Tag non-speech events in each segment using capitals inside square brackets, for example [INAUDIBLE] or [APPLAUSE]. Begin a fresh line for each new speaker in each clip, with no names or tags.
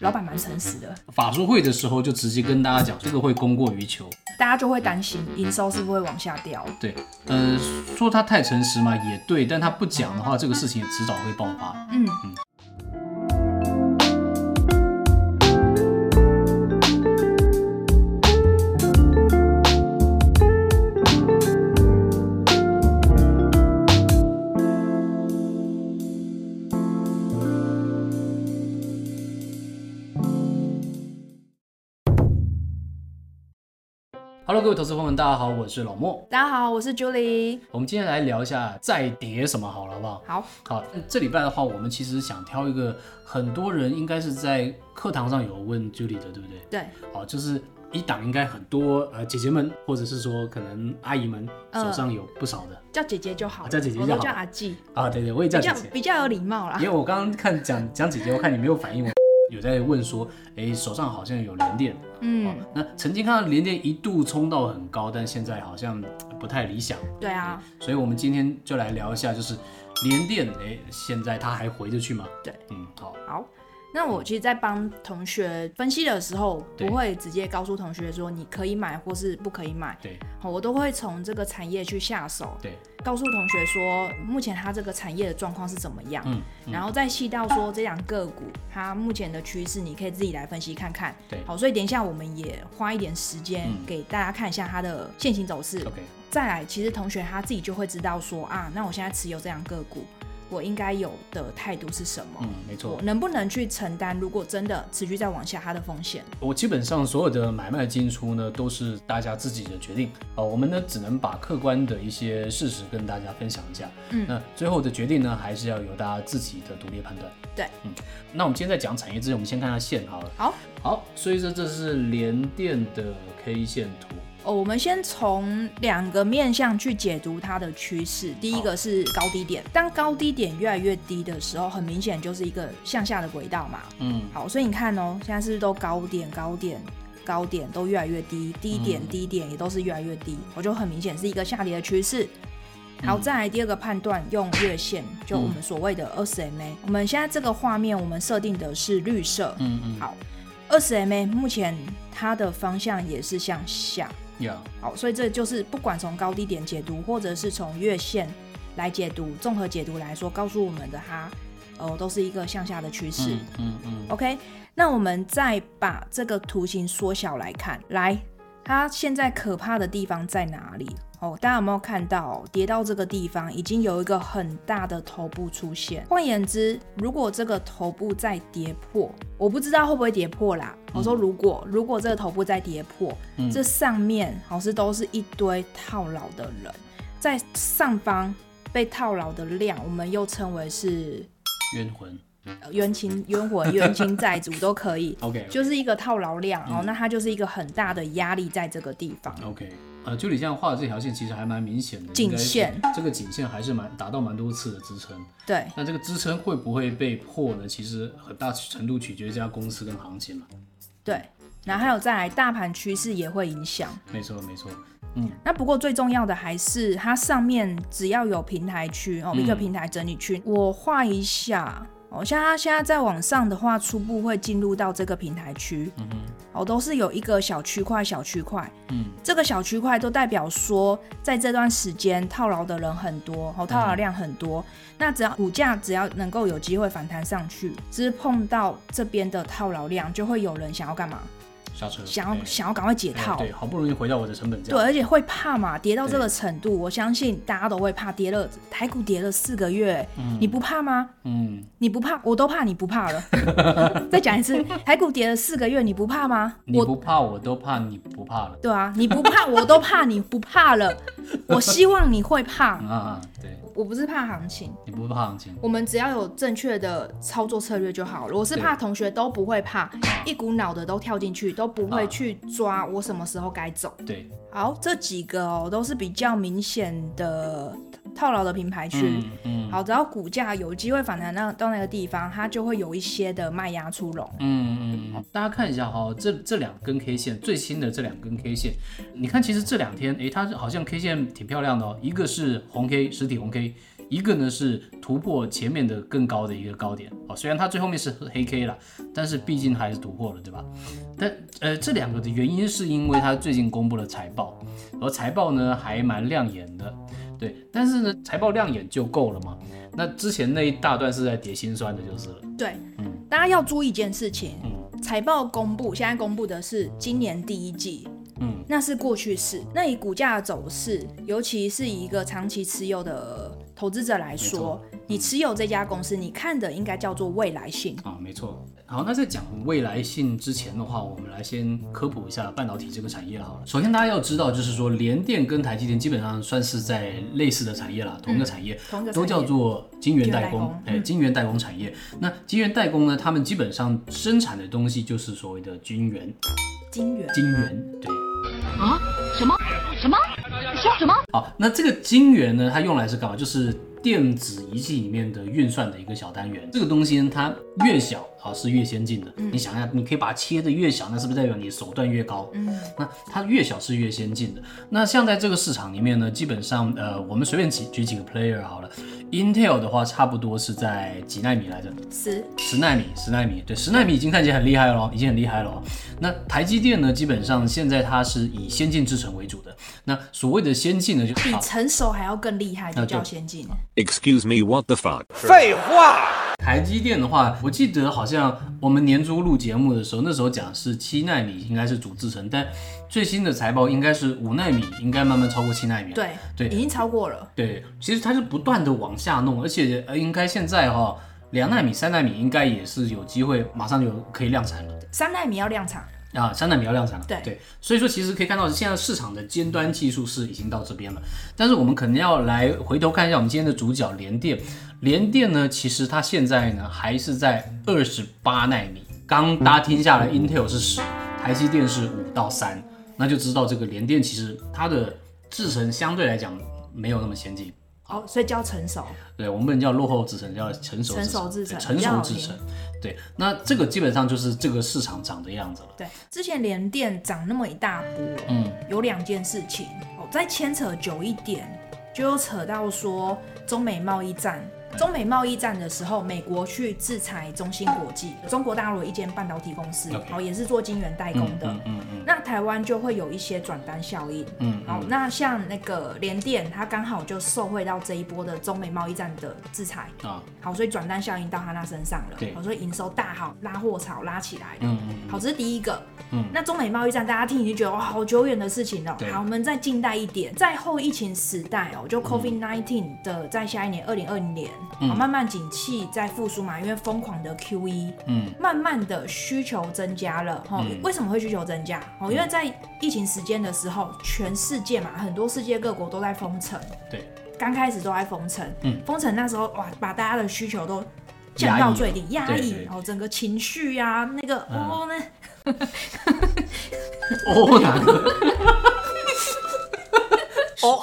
老板蛮诚实的，
法术会的时候就直接跟大家讲，这个会供过于求。
大家就会担心营收是不是会往下掉。
对，呃，说他太诚实嘛也对，但他不讲的话，这个事情也迟早会爆发。
嗯，
Hello，各位投资朋友们，大家好，我是老莫。
大家好，我是 Julie。
我们今天来聊一下再跌什么好了，好不好？
好，
好，那这礼拜的话，我们其实想挑一个很多人应该是在课堂上有问 Julie 的，对不对？
对，
好，就是一档应该很多呃姐姐们，或者是说可能阿姨们手上有不少的、
叫姐姐就好，
啊叫姐姐就
我
好
都叫阿季，
啊，对对，我也叫
比
姐
较
姐，
比较有礼貌啦
[LAUGHS] 因。为我刚刚看讲讲姐姐，我看你没有反应，我 [LAUGHS] 有在问说，哎，手上好像有连电，
嗯，
哦，那曾经看到连电一度冲到很高，但现在好像呃不太理想，
对啊，
所以我们今天就来聊一下，就是连电，哎，现在它还回得去吗？
对，
嗯，好，
好。那我其实，在帮同学分析的时候，
对
不会直接告诉同学说你可以买或是不可以买，
对
好我都会从这个产业去下手，
对，
告诉同学说目前它这个产业的状况是怎么样，
嗯，
然后再细到说这两个股它目前的趋势，你可以自己来分析看看。
对
好，所以等一下我们也花一点时间
嗯
给大家看一下它的现行走势。
，OK，
再来，其实同学他自己就会知道说啊，那我现在持有这两个股，我应该有的态度是什么？
嗯，没错
我。能不能去承担？如果真的持续再往下，它的风险。
我基本上所有的买卖进出呢，都是大家自己的决定啊、呃我们呢，只能把客观的一些事实跟大家分享一下。
嗯
那最后的决定呢，还是要由大家自己的独立判断。
对，
嗯。那我们今天在讲产业之前，我们先看下线好了。
好，
好，所以说这是联电的 K 线图。
哦，我们先从两个面向去解读它的趋势。第一个是高低点，当高低点越来越低的时候，很明显就是一个向下的轨道嘛。
嗯，
好，所以你看哦，现在是不是都高点、高点、高点都越来越低，低点、
嗯
低点也都是越来越低，我就很明显是一个下跌的趋势。好，
嗯
再来第二个判断，用月线，就我们所谓的二十 MA。我们现在这个画面，我们设定的是绿色。
嗯嗯，
好，二十 MA 目前它的方向也是向下。
呀、
好，所以这就是不管从高低点解读，或者是从月线来解读，综合解读来说，告诉我们的它，呃，都是一个向下的趋势。
嗯嗯嗯，
OK，那我们再把这个图形缩小来看，来，它现在可怕的地方在哪里？哦，大家有没有看到、跌到这个地方已经有一个很大的头部出现？换言之，如果这个头部再跌破，我不知道会不会跌破啦。我说如果如果这个头部再跌破，
嗯
这上面好像都是一堆套牢的人，在上方被套牢的量，我们又称为是
冤魂。
呃冤亲冤魂、冤亲债主都可
[LAUGHS]
以。
OK
就是一个套牢量哦，那它就是一个很大的压力在这个地方。
OK，呃，就你这样画的这条线，其实还蛮明显的，
颈
应该是
线。
这个颈线还是蛮达到蛮多次的支撑。
对，
那这个支撑会不会被破呢？其实很大程度取决于这家公司跟行情嘛。
对，然后还有再来，大盘趋势也会影响。
没错，没错。
那不过最重要的还是它上面只要有平台区
嗯
哦，一个平台整理区，我画一下。哦，像它现在再往上的话，初步会进入到这个平台区，嗯哦，都是有一个小区块，小区块，
嗯，
这个小区块都代表说，在这段时间套牢的人很多，哦，套牢量很多，那只要股价只要能够有机会反弹上去，只是碰到这边的套牢量，就会有人想要干嘛？
下车。
想要
哎
想要赶快解套，
哎对，好不容易回到我的成本价。
对，而且会怕嘛，跌到这个程度，我相信大家都会怕。跌了，台股跌了四个月，你不怕吗？
嗯，
你不怕，我都怕你不怕了。 [LAUGHS] 再讲一次，台股跌了四个月，你不怕吗？
你
我，
不怕我都怕你不怕了。
对啊，你不怕，我都怕你不怕
[LAUGHS]
了。我希望你会怕
嗯，啊，啊对，
我不是怕行情。
你不怕行情。
我们只要有正确的操作策略就好了。我是怕同学都
啊
不会怕，一股脑的都跳进去，都不会去抓我什么时候该走。
对，
好，这几个哦都是比较明显的套牢的品牌区。
嗯嗯
好，只要股价有机会反弹到到那个地方，它就会有一些的卖压出笼。
嗯嗯，大家看一下哈、这这两根 K 线最新的这两根 K 线，你看其实这两天，诶，它好像 K 线挺漂亮的哦，一个是红 K 实体红 K，一个呢是突破前面的更高的一个高点哦，虽然它最后面是黑 K 了，但是毕竟还是突破了，对吧？但呃，这两个的原因是因为它最近公布了财报，而财报呢还蛮亮眼的，对，但是呢财报亮眼就够了嘛？那之前那一大段是在跌心酸的，就是了，
对，
嗯
大家要注意一件事情，
嗯
财报公布，现在公布的是今年第一季，
嗯
那是过去式。那以股价的走势，尤其是以一个长期持有的投资者来说，你持有这家公司，你看的应该叫做未来性。
啊，没错。好，那在讲未来性之前的话，我们来先科普一下半导体这个产业了好了。首先，大家要知道，就是说联电跟台积电基本上算是在类似的产业啦，同一个产业。
同一个
都
产
叫
业
做晶圆代
晶圆
工
代工，
哎，晶圆代工产业。那晶圆代工呢，他们基本上生产的东西就是所谓的晶圆，
金元，
晶圆，对，
啊？什么？什么？你说什么？
好，那这个晶圆呢，它用来是干嘛？就是电子仪器里面的运算的一个小单元。这个东西呢，它越小啊是越先进的。
嗯
你想一下，你可以把它切的越小，那是不是代表你手段越高？
嗯，
那它越小是越先进的。那像在这个市场里面呢，基本上呃，我们随便举举几个 player 好了。Intel 的话，差不多是在几纳米来着？
十
十纳米，十纳米，对，十纳米已经看起来很厉害了哦，已经很厉害了哦。那台积电呢，基本上现在它是以先进制程为主的。那所谓的先进呢，就
比
好啊哦
成熟还要更厉害，
那
就叫
就
先进。
Excuse me, what the fuck?
废话。
台积电的话，我记得好像我们年初录节目的时候，那时候讲是七纳米应该是主制程，但最新的财报应该是五纳米，应该慢慢超过七纳米。
对
对
已经超过了。
对，其实它是不断的往下弄，而且呃，应该现在哈、两纳米、三纳米应该也是有机会马上就可以量产了。
三纳米要量产，
啊，三纳米要量产了。
对
所以说其实可以看到，现在市场的尖端技术是已经到这边了。但是我们可能要来回头看一下我们今天的主角联电。联电呢，其实它现在呢还是在二十八纳米。刚大家听下来，Intel 是十，台积电是五到三，那就知道这个联电其实它的制程相对来讲没有那么先进。
哦，所以叫成熟。
对，我们不能叫落后制程，叫成熟
成熟
制
制
程，
程
对成
比较
熟
好
制
听
程。对，那这个基本上就是这个市场长的样子了。
对，之前联电涨那么一大波，
嗯，
有两件事情哦，再牵扯久一点，就又扯到说中美贸易战。中美贸易战的时候，美国去制裁中芯国际，中国大陆的一间半导体公司
OK
哦，也是做晶圆代工的。
嗯嗯嗯
那台湾就会有一些转单效应。
嗯嗯
好、那像那个联电，它刚好就受惠到这一波的中美贸易战的制裁。
嗯啊，
好，所以转单效应到他那身上了，
对
好，所以营收大好，拉货潮拉起来了。
嗯嗯
好，这是第一个。
嗯
那中美贸易战，大家听已经觉得哇，好久远的事情了
对。嗯
好，我们再近代一点，在后疫情时代哦，就 COVID 19的，在下一年二零二零年，好，慢慢景气在复苏嘛，因为疯狂的 QE，
嗯
慢慢的需求增加了。哦，
嗯
为什么会需求增加？哦，因为在疫情时间的时候，全世界嘛，很多世界各国都在封城。
对，
刚开始都在封城，
嗯
封城那时候哇，把大家的需求都降
压抑
到
了
最低，压
对
抑，
对
然后整个情绪啊，那个、
嗯
哦，那
哦，哪个？哦 [LAUGHS] 哦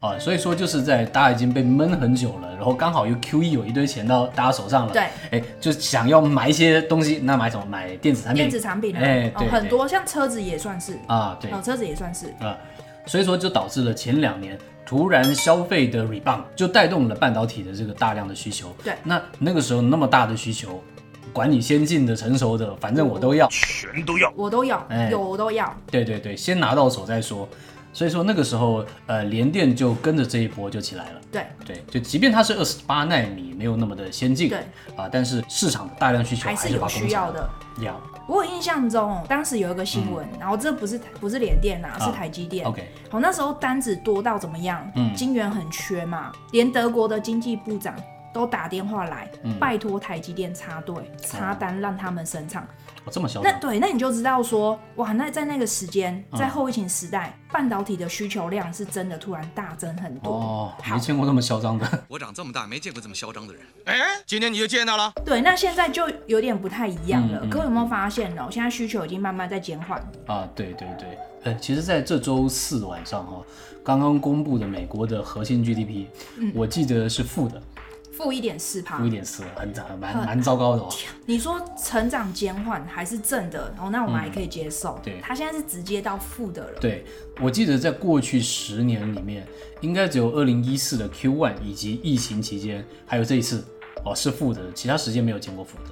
啊，所以说就是在大家已经被闷很久了，然后刚好又 QE 有一堆钱到大家手上了，
对，
哎，就想要买一些东西，那买什么？买电子产品，
电子产品啊，
哎
哦
对，
很
对
多像车子也算是，
啊，对
哦，车子也算是，
啊，所以说就导致了前两年突然消费的 rebound，就带动了半导体的这个大量的需求。
对
那那个时候那么大的需求，管你先进的、成熟的，反正我都要。
我都有，
哎
有我都要，
对对对，先拿到手再说。所以说那个时候，呃，联电就跟着这一波就起来了。
对，
对，就即便它是二十八纳米，没有那么的先进，
对
啊，但是市场的大量需求
还
是
是有
把工
需要
厂
的。
要。
我有印象中哦，当时有一个新闻，然后这不是不是联电啦，
嗯啊
是台积电。哦
OK，
好，那时候单子多到怎么样？
嗯
晶圆很缺嘛，连德国的经济部长都打电话来，
嗯
拜托台积电插队插单，让他们生产。
哦，这么嚣
那
张，
对，那你就知道说，哇，那在那个时间，
嗯
在后疫情时代，半导体的需求量是真的突然大增很多。
哦，
好
没见过那么嚣张的， [LAUGHS]
我长这么大没见过这么嚣张的人。
哎，今天你就见到了。
对，那现在就有点不太一样了。
嗯嗯
各位有没有发现哦？现在需求已经慢慢在减缓。
啊，对对对，呃，其实在这周四晚上哈、刚刚公布的美国的核心 GDP，、我
嗯
记得是负的，
负一点四趴
负一，点四，很很蛮蛮糟糕的哦。
你说成长减缓还是正的，然后那我们还可以接受。
嗯对
它现在是直接到负的了。
对，我记得在过去十年里面，应该只有二零一四的 Q one 以及疫情期间，还有这一次哦是负的，其他时间没有见过负的。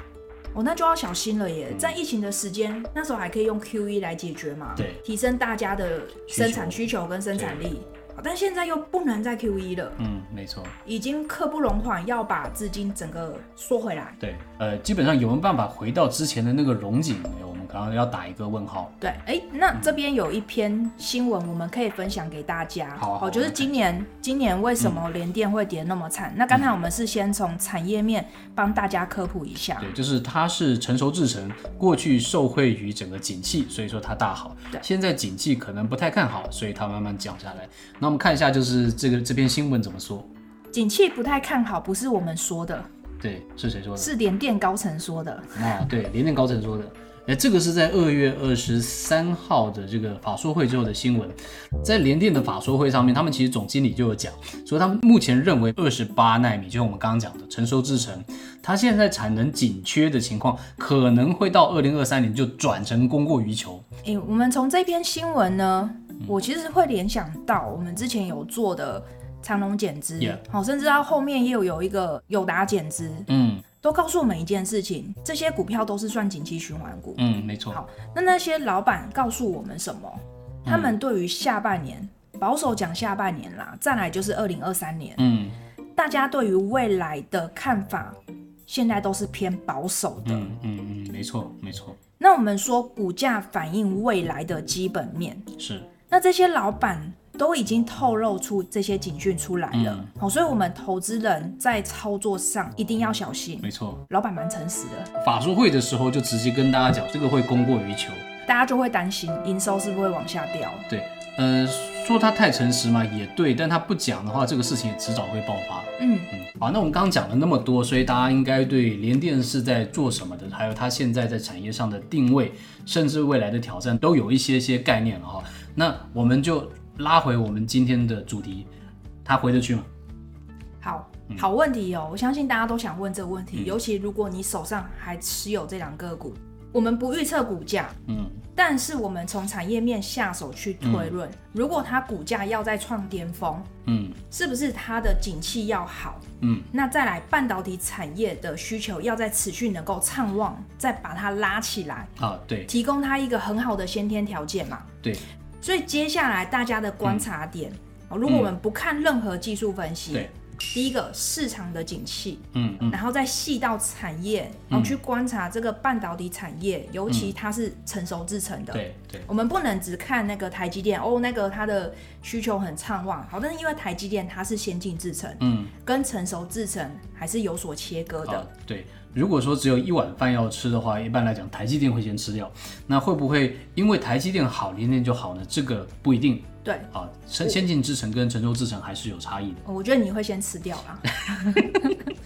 哦，那就要小心了
嗯
耶！在疫情的时间，那时候还可以用 Q E 来解决嘛，
对
提升大家的
需求
生产需求跟生产力。好但现在又不能再 Q E 了，
嗯，没错，
已经刻不容缓，要把资金整个缩回来。
对，呃，基本上有没有办法回到之前的那个荣景没有？我们刚刚要打一个问号。
对，哎，那这边有一篇新闻，我们可以分享给大家。哦
好啊嗯好啊
就是今年，今年为什么联电会跌那么惨？那刚才我们是先从产业面帮大家科普一下。
对，就是它是成熟制成，过去受惠于整个景气，所以说它大好
对。
现在景气可能不太看好，所以它慢慢降下来。那我们看一下，就是这个这篇新闻怎么说？
景气不太看好，不是我们说的，
对，是谁说的？
是联电高层说的。
啊，对，连电高层说的。哎，这个是在二月二十三号的这个法说会之后的新闻，在联电的法说会上面，他们其实总经理就有讲，说他们目前认为二十八纳米，就是我们刚刚讲的成熟制程，它现在产能紧缺的情况，可能会到二零二三年就转成供过于求。
诶、我们从这篇新闻呢，
嗯
我其实会联想到我们之前有做的长隆减资
Yeah，
好甚至到后面也有有一个友达减资，
嗯
都告诉我们一件事情：这些股票都是算景气循环股。
嗯，没错，
好，那那些老板告诉我们什么？
嗯
他们对于下半年，保守讲下半年啦，再来就是二零二三年，
嗯
大家对于未来的看法，现在都是偏保守的。
嗯嗯嗯，没错没错，
那我们说，股价反映未来的基本面，
是
那这些老板都已经透露出这些警讯出来了，
嗯
好、所以我们投资人在操作上一定要小心。
没错。
老板蛮诚实的，
法说会的时候就直接跟大家讲，这个会供过于求。
大家就会担心营收是不是会往下掉。
对，呃，说他太诚实嘛也对，但他不讲的话，这个事情也迟早会爆发。
嗯，
嗯，好，那我们刚刚讲了那么多，所以大家应该对联电是在做什么的，还有它现在在产业上的定位，甚至未来的挑战都有一些些概念了哈。那我们就拉回我们今天的主题，它回得去吗？
好。
嗯
好问题哦，我相信大家都想问这个问题，尤其如果你手上还持有这两个股，我们不预测股价，
嗯，
但是我们从产业面下手去推论，如果它股价要再创巅峰，
嗯
是不是它的景气要好？
嗯，
那再来半导体产业的需求要在持续能够畅旺，再把它拉起来，
啊，对
提供它一个很好的先天条件嘛。
对
所以接下来大家的观察点，哦如果我们不看任何技术分析，
嗯对，
第一个市场的景气，
嗯嗯
然后再细到产业，然后去观察这个半导体产业，尤其它是成熟制成的，
对对，
我们不能只看那个台积电哦，那个它的需求很畅旺，好，但是因为台积电它是先进制程，
嗯
跟成熟制程还是有所切割的。
啊对。如果说只有一碗饭要吃的话，一般来讲台积电会先吃掉，那会不会因为台积电好，联电就好呢？这个不一定
对，
啊，先先进制程跟成熟制程还是有差异的。
我觉得你会先吃掉
[LAUGHS]
啦。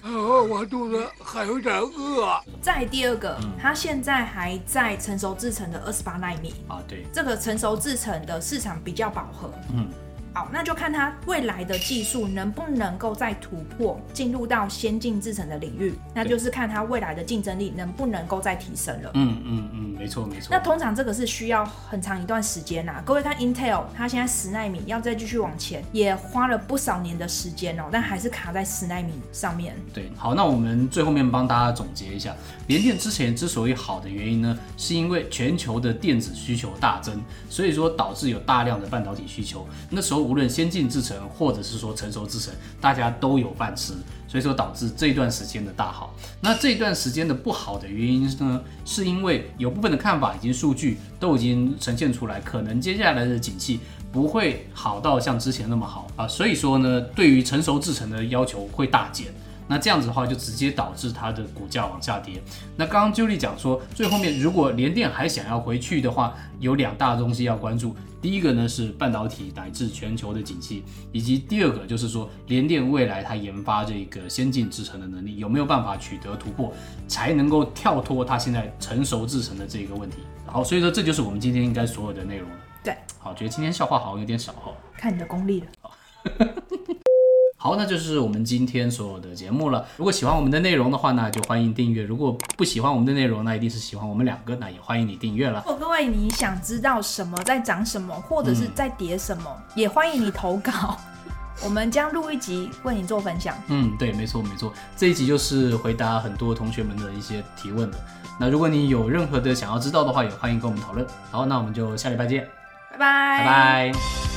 哦，我肚子还有点饿。啊
再第二个，
嗯
它现在还在成熟制程的二十八纳米，
啊，对，
这个成熟制程的市场比较饱和。
嗯，
好，那就看它未来的技术能不能够再突破，进入到先进制程的领域，那就是看它未来的竞争力能不能够再提升了。
嗯嗯嗯，没错没错。
那通常这个是需要很长一段时间啦、各位看 Intel，它现在十纳米要再继续往前，也花了不少年的时间哦、但还是卡在十纳米上面。
对，好，那我们最后面帮大家总结一下，联电之前之所以好的原因呢，是因为全球的电子需求大增，所以说导致有大量的半导体需求。那时候无论先进制程或者是说成熟制程，大家都有饭吃，所以说导致这段时间的大好。那这段时间的不好的原因呢，是因为有部分的看法以及数据都已经呈现出来，可能接下来的景气不会好到像之前那么好啊，所以说呢，对于成熟制程的要求会大减。那这样子的话，就直接导致它的股价往下跌。那刚刚 Julie 讲说，最后面如果联电还想要回去的话，有两大东西要关注。第一个呢是半导体乃至全球的景气，以及第二个就是说联电未来它研发这个先进制程的能力有没有办法取得突破，才能够跳脱它现在成熟制程的这个问题。好，所以说这就是我们今天应该所有的内容了。
对，
好，觉得今天笑话好像有点少哦。
看你的功力了。
好，那就是我们今天所有的节目了。如果喜欢我们的内容的话呢，就欢迎订阅；如果不喜欢我们的内容，那一定是喜欢我们两个，那也欢迎你订阅了。
如果各位你想知道什么在涨什么，或者是在跌什么，也欢迎你投稿， [LAUGHS] 我们将录一集为你做分享。
嗯，对，没错没错，这一集就是回答很多同学们的一些提问的。那如果你有任何的想要知道的话，也欢迎跟我们讨论。好，那我们就下礼拜见，
拜
拜拜。